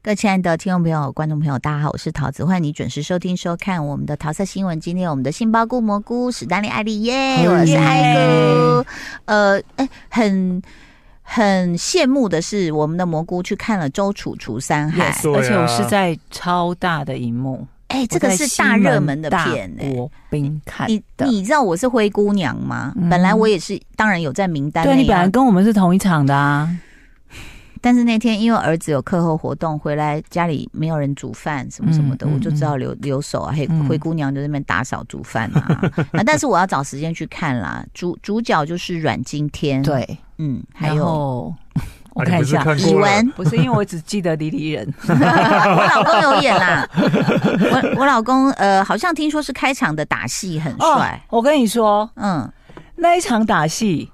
各位亲爱的听众朋友、观众朋友，大家好，我是桃子，欢迎你准时收听、收看我们的桃色新闻。今天我们的杏鲍菇、蘑菇、史丹利、艾丽耶，嗨我是艾菇。呃，哎，很很羡慕的是，我们的蘑菇去看了《周楚除三害》 Yes，对啊而且我是在超大的荧幕，哎，这个是大热门的片哎、国宾看你的。你知道我是灰姑娘吗？嗯本来我也是，当然有在名单对内你本啊来，跟我们是同一场的啊，但是那天因为儿子有课后活动回来，家里没有人煮饭什么什么的，嗯嗯我就知道留留守啊，黑嗯灰姑娘就在那边打扫煮饭啊。 啊，但是我要找时间去看啦。主主角就是阮经天，，对，嗯，还然有后我啊你看不一是下，，看以过了？文不是因为我只记得李李人，我老公有演 啦。我我老公呃，好像听说是开场的打戏很帅，哦我跟你说，嗯，那一场打戏，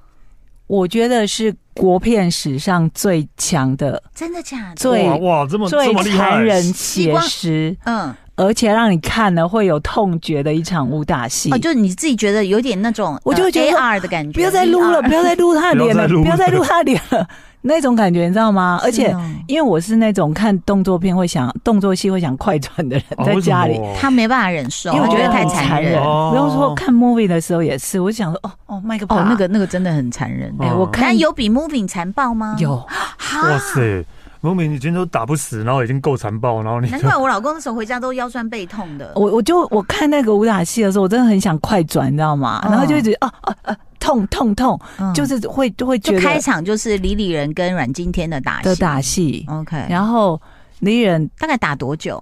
我觉得是国片史上最强的、真的假的？最啊哇哇，这么这最么厉害！残忍、写实，嗯，而且让你看了会有痛觉的一场武打戏。哦，就你自己觉得有点那种，我就呃会觉得 AR 的感觉，不要再撸了， VR 不要再撸他的脸了，不不要要再再撸撸他的脸了，那种感觉你知道吗？而且是。哦因为我是那种看动作片会想动作戏会想快转的人，啊在家里，为什么他没办法忍受，因为我觉得太很残残忍忍。哦然后说看 movie 的时候也是，我就想说哦哦麦克哦，那个那个真的很残忍。哦哎，我看但有比 Moving 残暴吗？，有哇塞，农民已经都打不死，然后已经够残暴，然后你难怪我老公那时候回家都腰酸背痛的。我我就我看那个武打戏的时候，我真的很想快转，你知道吗？嗯然后就一直哦哦哦痛痛痛，嗯就是会会觉就得开场就是李李仁跟阮经天的打戏的打戏，嗯，OK，然后李忍大概打多久？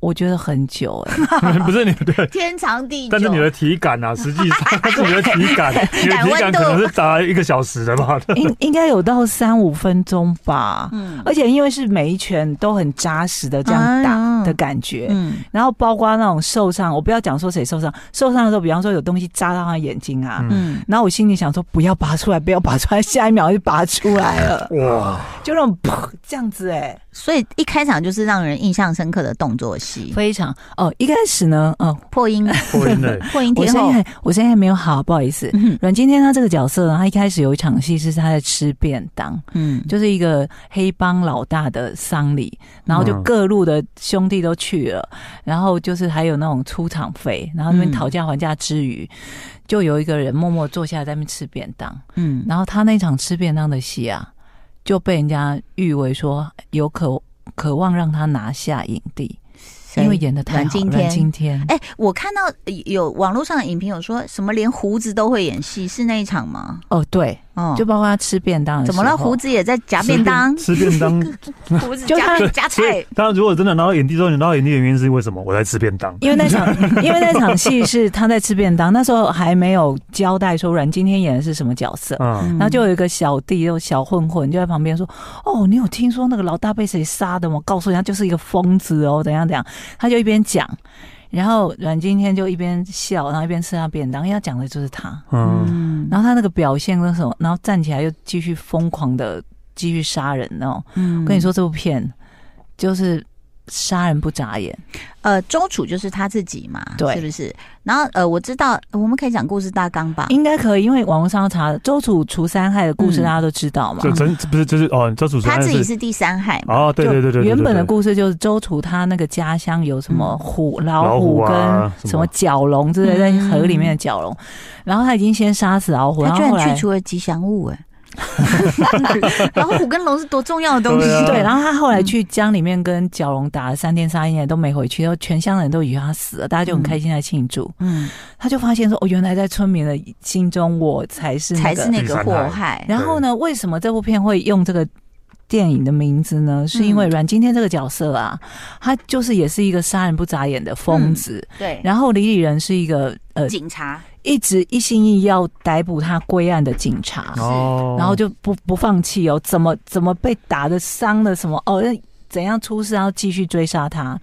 我觉得很久哎、 不是你对，天长地久。但是你的体感 啊，实际上是你的体感，你的体感可能是打一个小时的吧？应应该有到三五分钟吧。嗯而且因为是每一拳都很扎实的这样哎打呦的感觉，嗯然后包括那种受伤，我不要讲说谁受伤，受伤的时候，比方说有东西扎到他眼睛啊，嗯，嗯，然后我心里想说不要拔出来，不要拔出来，下一秒就拔出来 了，哇，就那种噗这样子哎、所以一开场就是让人印象深刻的动作戏，非常哦。一开始呢，哦，破音破音嘞，破音我天声后音。还我声音还没有好，不好意思。嗯阮经天他这个角色呢，他一开始有一场戏是他在吃便当，嗯，就是一个黑帮老大的丧礼，然后就嗯各路的兄弟都去了，然后就是还有那种出场费，然后那边嗯讨价还价之余，就有一个人默默坐下来在那边吃便当，嗯，然后他那场吃便当的戏啊，就被人家誉为说有渴渴望让他拿下影帝，谁因为演的太阮好。经阮天经天，哎、我看到有网络上的影评有说什么连胡子都会演戏，是那一场吗？哦对，哦，就包括他吃便当的怎么了？时候胡子也在夹便当，吃便 当，胡子就夹他便夹所菜以，当然如果真的拿到影帝之后，你拿到影帝的原因是为什么？我在吃便当， 因为那场，因为那场戏是他在吃便当，那时候还没有交代说阮经天演的是什么角色，嗯，然后就有一个小弟，就小混混，就在旁边说：“哦，你有听说那个老大被谁杀的吗？告诉人家就是一个疯子哦，怎样怎样。”他就一边讲，然后阮经天就一边笑，然后一边吃他便当，因为他讲的就是他。嗯，嗯然后他那个表现跟什么，然后站起来又继续疯狂的继续杀人哦。嗯我跟你，说，这部片就是杀人不眨眼，呃，周楚就是他自己嘛，对是不是？然后呃，我知道我们可以讲故事大纲吧？应该可以，因为网络上要查周楚除三害的故事，嗯大家都知道嘛。就真不是就是哦，这主持他人自己是第三害嘛，哦，对对对对，对原本的对嗯故事就是周楚他那个家乡有什么虎、老老虎虎啊跟什么什么角龙之类，在嗯河里面的角龙，然后他已经先杀死老虎，然他居哦后后然来去除了吉祥物、哎，然后虎跟龙是多重要的东西，对啊对，然后他后来去江里面跟蛟龙打了三天三夜都没回去，然后全乡人都以为他死了，大家就很开心在庆祝。嗯，他就发现说，哦，原来在村民的心中我才是、那个、才是那个祸第三害。然后呢，为什么这部片会用这个电影的名字呢？是因为嗯阮经天这个角色啊，他就是也是一个杀人不眨眼的嗯疯子。对，然后李李仁是一个呃，警察一直一心一意要逮捕他归案的警察，哦，然后就不不放弃哦，怎么怎么被打的伤的什么哦，那怎样出事，然后继续追杀他。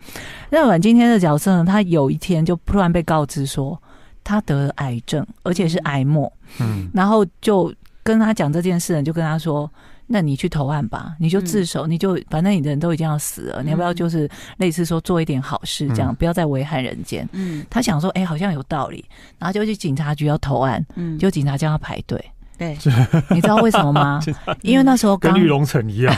那阮经天的角色呢，他有一天就突然被告知说他得了癌症，而且是癌末。嗯，然后就跟他讲这件事，就跟他说：“那你去投案吧，你就自首，你就反正你的人都已经要死了，你要不要嗯就是类似说做一点好事，这样、嗯不要再危害人间。”嗯他想说：“哎、好像有道理。”然后就去警察局要投案，嗯，就警察叫他排队。 对，你知道为什么 吗？因为那时候跟刚绿龙城一样，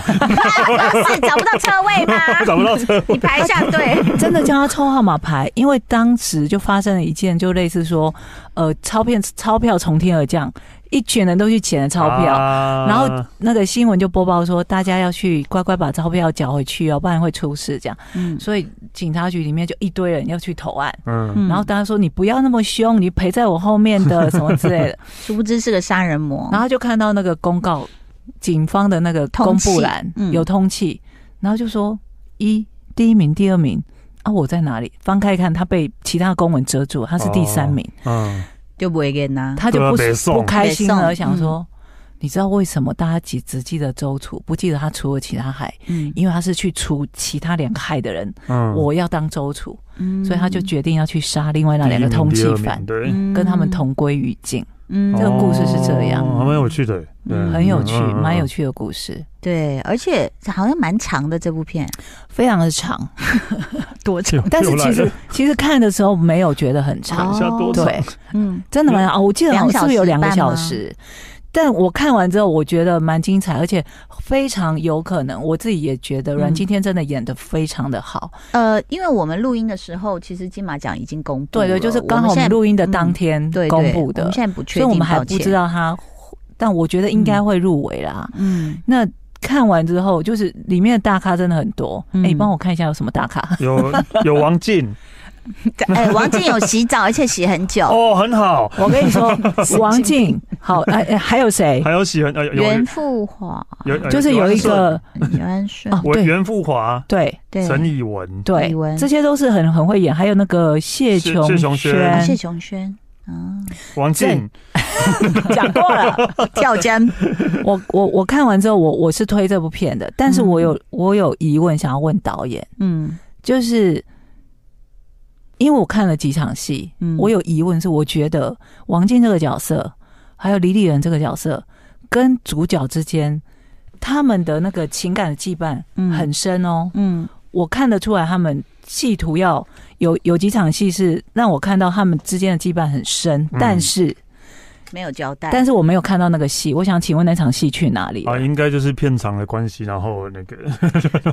是找不到车位吗？找不到车， 你排一下队。 真的叫他抽号码牌，因为当时就发生了一件，就类似说，呃，钞票钞票从天而降，一群人都去捡了钞票，啊然后那个新闻就播报说，大家要去乖乖把钞票缴回去哦，不然会出事这样。嗯，所以警察局里面就一堆人要去投案，嗯，然后大家说你不要那么凶，你陪在我后面的什么之类的。殊不知是个杀人魔。然后就看到那个公告，警方的那个公布栏通气嗯有通气，然后就说一第一名、第二名啊，我在哪里？翻开看，他被其他公文遮住，他是第三名，嗯，就不会给拿。他就对啊不北宋不开心北了，宋嗯想说。你知道为什么大家只只记得周楚，不记得他除了其他海？嗯因为他是去除其他两个害的人，嗯，我要当州处，嗯所以他就决定要去杀另外那第一两个名通第缉二名犯，对，嗯跟他们同归于尽。嗯这个故事是这样哦还蛮有趣的，对嗯很有趣，嗯嗯嗯蛮有趣的故事，对，而且好像蛮长的这部片，非常的长，多又但 是又来其实了其实看的时候没有觉得很看长，一下多少哦对，嗯真的蛮长。哦我记得好像是不是有两哦两个小时半小吗时？但我看完之后，我觉得蛮精彩，而且非常有可能，我自己也觉得阮嗯经天真的演的非常的好。呃，因为我们录音的时候，其实金马奖已经公布了，对对，就是刚好我们我们现在嗯录音的当天对对公布我的们，现在不确所以定，我们还抱不歉知。道他，但我觉得应该会入围啦。嗯，那看完之后，就是里面的大咖真的很多。哎、嗯你帮我看一下有什么大咖？有有 王静哎，王静有洗澡，而且洗很久。 哦，很好，我跟你说，王静，好，哎、哎，还有谁？还有喜欢呃有袁富华、嗯有有就是有一个袁安顺哦，我对袁富华、对对，陈以文，对李玟，这些都是很很会演。还有那个谢谢琼谢琼轩啊谢轩，琼轩 啊，王静，讲过了。跳针，我我我看完之后，我我是推这部片的，但是我有我有疑问想要问导演，嗯就是因为我看了几场戏，嗯我有疑问是，我觉得王静这个角色，还有李李仁这个角色，跟主角之间，他们的那个情感的羁绊嗯很深哦。嗯我看得出来，他们企图要有有几场戏是让我看到他们之间的羁绊很深，嗯但是没有交代，但是我没有看到那个戏。我想请问那场戏去哪里了？啊，应该就是片场的关系，然后那个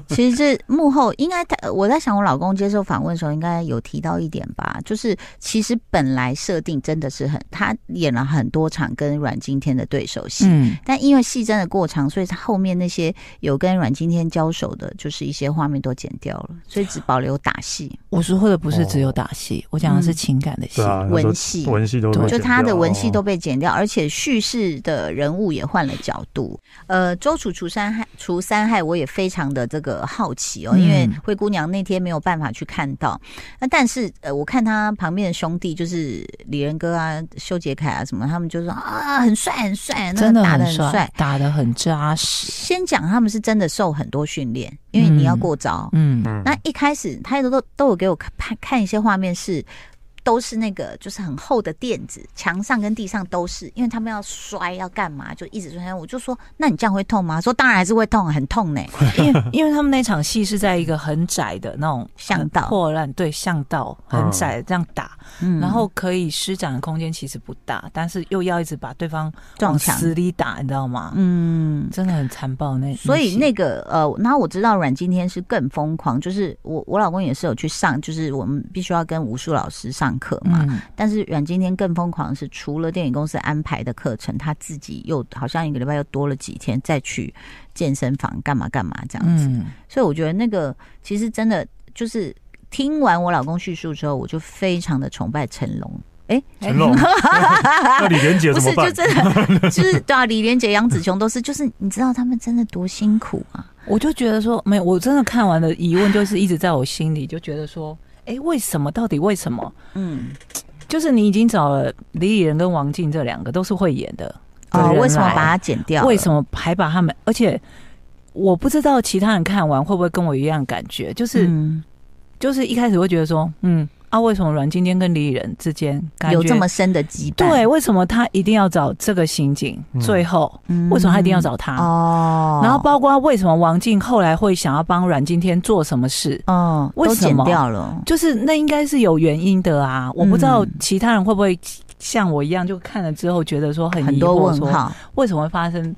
其实这幕后应该他，我在想我老公接受访问的时候应该有提到一点吧，就是其实本来设定真的是很，他演了很多场跟阮经天的对手戏。嗯但因为戏真的过长，所以他后面那些有跟阮经天交手的，就是一些画面都剪掉了，所以只保留打戏、我说的不是只有打戏，我讲的是情感的戏。对啊，文戏，文戏都会就剪他的掉文戏都哦被剪掉，而且叙事的人物也换了角度。呃，周楚除三害，除三害，我也非常的这个好奇哦，因为嗯灰姑娘那天没有办法去看到。那但是呃，我看他旁边的兄弟就是李仁哥啊、修杰楷啊什么，他们就说啊，很帅很帅，那真个的打得很很帅帅，。打得很扎实。先讲他们是真的受很多训练，因为你要过招。嗯嗯那一开始他都都有给我看看一些画面是。都是那个，就是很厚的垫子，墙上跟地上都是，因为他们要摔要干嘛，就一直摔。我就说，那你这样会痛吗？说当然还是会痛，很痛呢。因为因为他们那场戏是在一个很窄的那种巷道很破烂，对巷道很窄这样打，嗯然后可以施展的空间其实不大，但是又要一直把对方撞往墙，死里打，你知道吗？嗯，真的很残暴那。所以戏那个呃，然后我知道阮今天是更疯狂，就是我我老公也是有去上，就是我们必须要跟武术老师上上课嘛。嗯，但是阮今天更疯狂的是，除了电影公司安排的课程，他自己又好像一个礼拜又多了几天再去健身房干嘛干嘛这样子。嗯，所以我觉得那个其实真的就是听完我老公叙述之后，我就非常的崇拜成龙。哎、成龙，那李连杰不怎是么就办？真的就是对啊，李连杰、杨紫琼都是，就是你知道他们真的多辛苦啊。我就觉得说，没有，我真的看完的疑问就是一直在我心里，就觉得说，哎，为什么？到底为什么？嗯，就是你已经找了李李仁跟王静这两个都是会演的，哦，人为什么来把它剪掉了？为什么还把他们？而且我不知道其他人看完会不会跟我一样感觉，就是、嗯就是一开始会觉得说，嗯啊，为什么阮经天跟李李仁之间感觉有这么深的羁绊？对？为什么他一定要找这个刑警？嗯最后嗯，为什么他一定要找他？哦？然后包括为什么王静后来会想要帮阮经天做什么事？哦，为都什剪么掉了？就是那应该是有原因的啊！我不知道嗯其他人会不会像我一样，就看了之后觉得说很很疑多惑问说号，为什么会发生？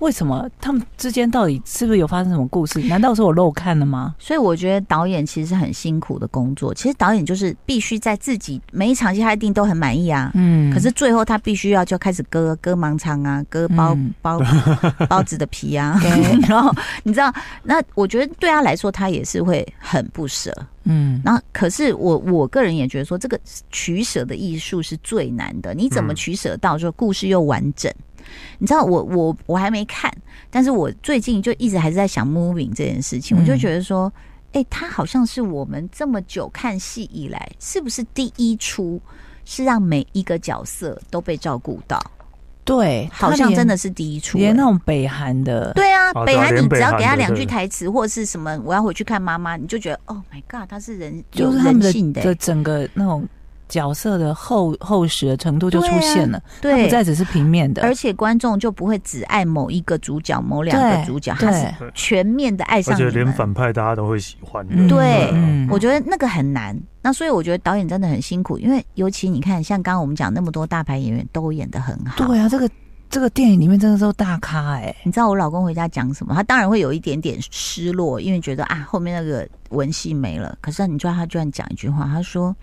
为什么他们之间到底是不是有发生什么故事？难道是我漏看了吗？所以我觉得导演其实是很辛苦的工作。其实导演就是必须在自己每一场戏他一定都很满意啊，嗯可是最后他必须要就开始割割盲肠啊，割包、嗯 包包子的皮啊。 然后你知道，那我觉得对他来说，他也是会很不舍。嗯，然后，可是我我个人也觉得说，这个取舍的艺术是最难的。你怎么嗯取舍到说故事又完整？你知道我我我还没看，但是我最近就一直还是在想《Moving》这件事情，我就嗯觉得说，哎、它好像是我们这么久看戏以来，是不是第一出是让每一个角色都被照顾到？对，好像真的是第一出、连诶那种北韩的，对啊，哦北对啊韩连你只北要韩给他的两对句台词或是什么，我要回去看妈妈，你就觉得 Oh my God，他是人就是有他人们的性的、欸的整个那种角色的厚厚实的程度就出现了，对啊对它不再只是平面的，而且观众就不会只爱某一个主角、某两个对主角，他是对，全面的爱而上你且们。连反派大家都会喜欢啊的。嗯对嗯我觉得那个很难。那所以我觉得导演真的很辛苦，因为尤其你看，像刚刚我们讲那么多大牌演员都演得很好。对啊，这个这个电影里面真的都大咖哎，你知道我老公回家讲什么？他当然会有一点点失落，因为觉得啊后面那个文戏没了。可是你知道他居然讲一句话，他说：“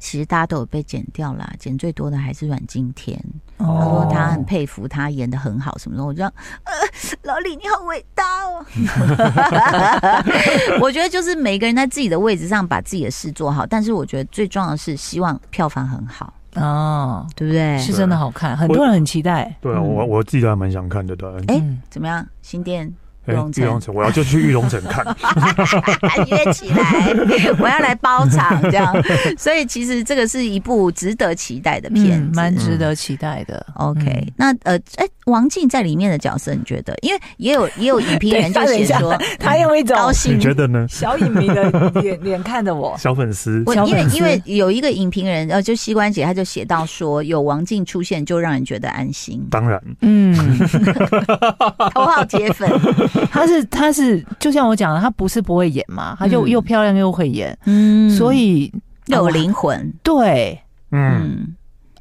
其实大家都有被剪掉啦，剪最多的还是阮经天。”哦他说他很佩服他演的很好什么的，我就这样，呃，老李你好伟大 哦。我觉得就是每个人在自己的位置上把自己的事做好，但是我觉得最重要的是希望票房很好，哦，对不对？是真的好看，很多人很期待，对啊，嗯我我自己都还蛮想看的，对啊。哎嗯怎么样？新店 玉哎龙玉城龙城，我要就去玉龙城 看。约起来，我要来包场这样。所以其实这个是一部值得期待的片嗯子，蛮值得期待的。 OK，嗯那呃，哎、王静在里面的角色，你觉得？因为也有也有影评人 就等写一下说，嗯他用一种高兴你觉得呢？小影迷的脸 脸看着我，小粉丝，，我小因为粉丝因为有一个影评人，呃，就膝关节，他就写到说，有王静出现就让人觉得安心当然，嗯，头号铁 粉。他是他是就像我讲的，他不是不会演嘛，他就嗯又漂亮又会演，嗯所以有哇灵魂。对嗯，嗯，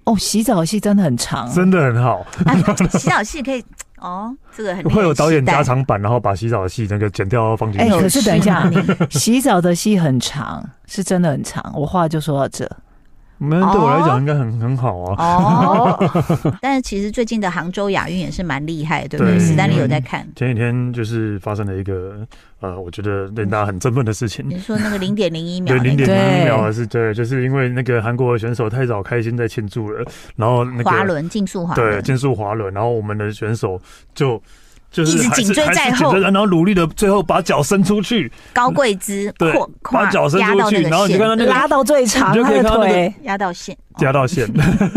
哦，洗澡戏真的很长，真的很好， 啊，洗澡戏可以哦，这个很会有导演加家常。长版，然后把洗澡的戏那个剪掉放进哎去。 可是等一下 有吸引力洗澡的戏很长，是真的很长。我话就说到这，那对我来讲应该很很好啊。哦，但是其实最近的杭州亚运也是蛮厉害，对不对？对史丹嗯利有在看。前几天就是发生了一个呃，我觉得令大家很振奋的事情。你说那个零点零一秒对，那个，零点零一对秒啊是对，就是因为那个韩国的选手太早开心在庆祝了，然后那滑个轮竞速滑对轮，竞速滑轮，然后我们的选手就就是一直还是紧追还是在紧后追然后努力的最后把脚伸出去，高贵姿对跨跨把脚伸压出到去，那然后个你就看到线，那个 拉到最长，你就他可以的看到那个腿，压到线，哦加到线，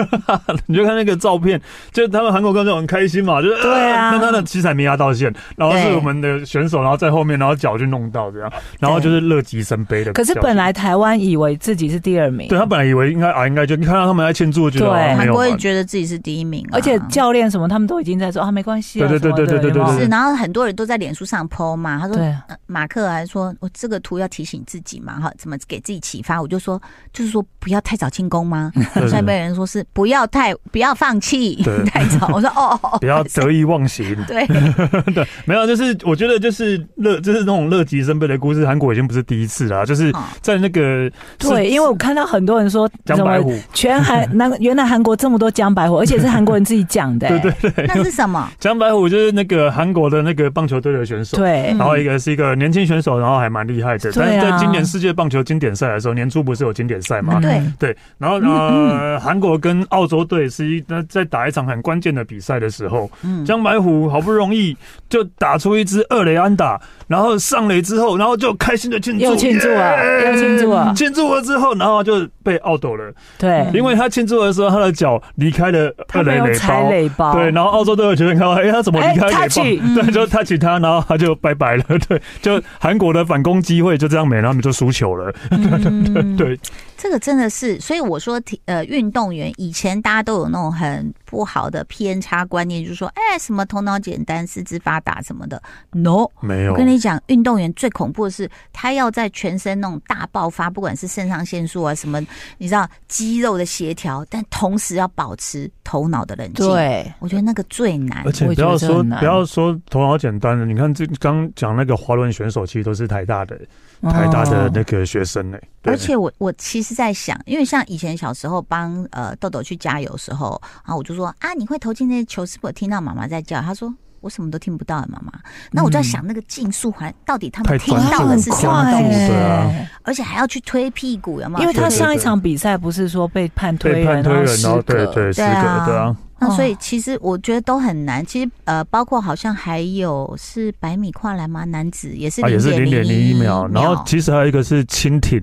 你就看那个照片，就是他们韩国观众很开心嘛，就是呃对啊那他的其实还没压到线，然后对是我们的选手，然后在后面，然后脚就弄到这样，然后就是乐极生悲的可表是情。本来台湾以为自己是第二名，对他本来以为应该啊，应该就你看到他们在庆祝，觉得对啊没韩有国玩也觉得自己是第一名啊、而且教练什么他们都已经在说啊，没关系啊，对对对什么的对对对有没有是，然后很多人都在脸书上 PO 嘛，他说、对啊呃马克还说我这个图要提醒自己嘛，哈，怎么给自己启发？我就说就是说不要太早进攻吗？ 对所以被人说是不要太不要放弃对， 太早。我说哦， 哦不要得意忘形。对，对，没有，就是我觉得就是乐，就是那种乐极生悲的故事，韩国已经不是第一次啦，啊就是哦在那个嗯对，因为我看到很多人说江怎白么虎，全韩 那原来韩国这么多江白虎，而且是韩国人自己讲的、欸，对那是什么？江白虎就是那个韩国的那个棒球队的选手。对嗯然后一个是一个年轻选手，然后还蛮厉害的。对但啊是在今年世界棒球经典赛的时候，年初不是有经典赛吗嗯？对对，然后呃，韩国跟澳洲队是一那在打一场很关键的比赛的时候，嗯，江白虎好不容易就打出一支二垒安打，然后上垒之后，然后就开心的庆祝，又庆祝啊耶又庆祝啊嗯庆祝了之后，然后就被懊斗了，对，因为他庆祝的时候，他的脚离开了他二没垒有垒踩包。垒包，对，然后澳洲队的球员看到，哎、他怎么哎离开垒包？ touch 对，就 touch 他，然后他就拜拜了。 对，就韩国的反攻机会就这样没了，他们就输球了。嗯 对，这个真的是，所以我说体，呃，运动员以前大家都有那种很不好的偏差观念，就是说，哎，什么头脑简单、四肢发达什么的。No，没有我跟你讲，运动员最恐怖的是，他要在全身那种大爆发，不管是肾上腺素啊什么，你知道肌肉的协调，但同时要保持头脑的冷静。，对，我觉得那个最难而。且我也不觉得要这说很难不要说头脑简单的，你看这刚讲那个滑轮选手，其实都是台大的哦台大的哦那个学生呢、对而且我我其实在想，因为像以前小时候帮呃豆豆去加油的时候啊，我就说啊，你会投进那些球，是不是有听到妈妈在叫？他说。我什么都听不到，妈妈。嗯那我就在想，那个竞速环到底他们太听专注到了的很是什么快、东西欸？对欸啊，而且还要去推屁股，有没有？因为他对对上一场比赛不是说被判推被判人，推人，失然后对格对，是对个啊对啊，那所哦以其实我觉得都很难。其实呃，包括好像还有是百米跨栏吗？男子也是啊也是零点零一秒，然后其实还有一个是蜻蜓，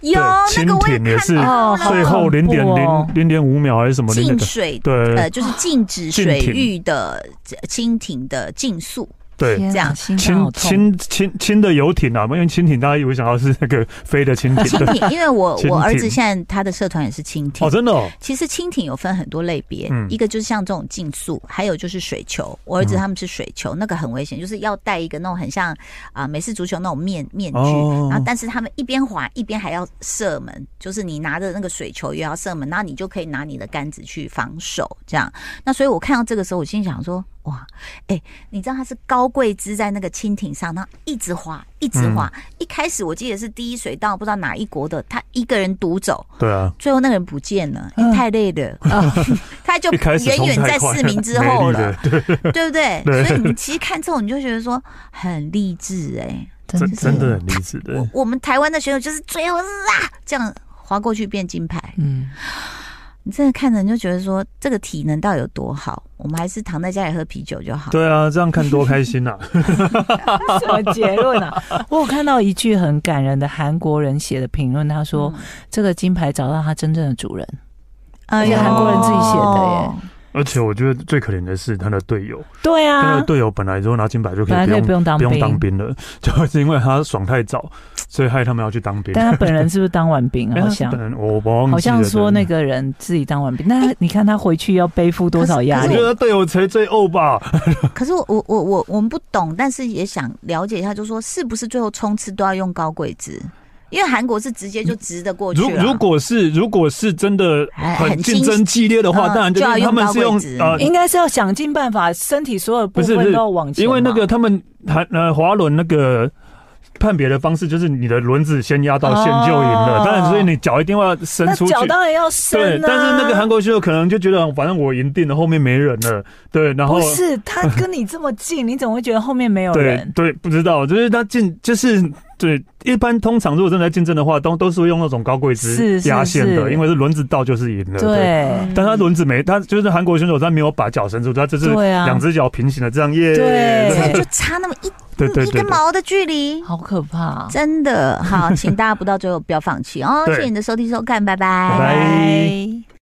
有那对个我蜻蜓也是看到哦了好最后零恐怖点哦零零点五秒还是什么零点进，水对哦呃，就是禁止禁水停域的蜻蜓的竞速。对。天啊这样心脏轻好痛轻轻轻的游艇啊，因为蜻蜓大家以为想到是那个飞的蜻蜻蜓，对，蜓，因为我蜻蜓我儿子现在他的社团也是蜻蜓 哦，。真的哦，其实蜻蜓有分很多类别，嗯一个就是像这种竞速，还有就是水球。我儿子嗯他们是水球，那个很危险，就是要戴一个那种很像啊、美式足球那种面面具，哦然后但是他们一边滑一边还要射门，就是你拿着那个水球也要射门，然后你就可以拿你的杆子去防守这样。那所以我看到这个时候，我心想说，哇，哎、你知道他是高贵姿在那个蜻蜓上，然后一直滑，一直滑。嗯一开始我记得是第一水道，不知道哪一国的，他一个人独走，对啊，最后那个人不见了，嗯欸太累 了，他就一开始远冲远太在快市民之 没后力了， 对不对？对所以你其实看这种，你就觉得说很励志哎、真真的的，很励志的，我们台湾的选手就是最后啦，这样划过去变金牌，嗯，你真的看着你就觉得说这个体能到底有多好，我们还是躺在家里喝啤酒就好。对啊，这样看多开心啊 呐！什么结论啊？ 我有看到一句很感人的韩国人写的评论，他说嗯，这个金牌找到它真正的主人，而而且韩国人自己写的耶哦而且我觉得最可怜的是他的队友，对他的啊，队友本来如果拿金牌就可本来以不可以用不用当不用当兵，兵了， 就是因为他爽太早，所以害他们要去当兵。但他本人是不是当完兵啊？ 哎好他像本。人我我忘记好像了说那。对个人自己当完兵，那你看他回去要背负多少压我力觉？得队友才最欧吧，可是我我我我我们不懂，但是也想了解一下，就说是不是最后冲刺都要用高贵姿？因为韩国是直接就直的过去如了。啊如果是如果是真的哎很很竞竞争激烈的话，嗯当然就是就要用他们是高用位置呃，应该是要想尽办法，身体所有部不是分不都是要往前因嘛。为那个他们韩呃滑轮那个判别的方式就是你的轮子先压到线就赢哦了，当然所以你脚一定要伸那出去脚。当然要伸对，啊。但是那个韩国选手可能就觉得反正我赢定了，后面没人了。对，然后不是他跟你这么近，你怎么会觉得后面没有对人？对，不知道，就是他竞，就是对，一般通常如果真的在竞争的话，都都是会用那种高贵是姿是压线的，是因为是轮子到就是赢了。对嗯但他轮子没，他就是韩国选手，他没有把脚伸出，他就是对啊两只脚平行的这样耶。对这就差那么一对对对一根对毛的距离，好可怕！啊真的好，请大家不到最后不要放弃哦。 对谢谢你的收听收看，拜拜拜。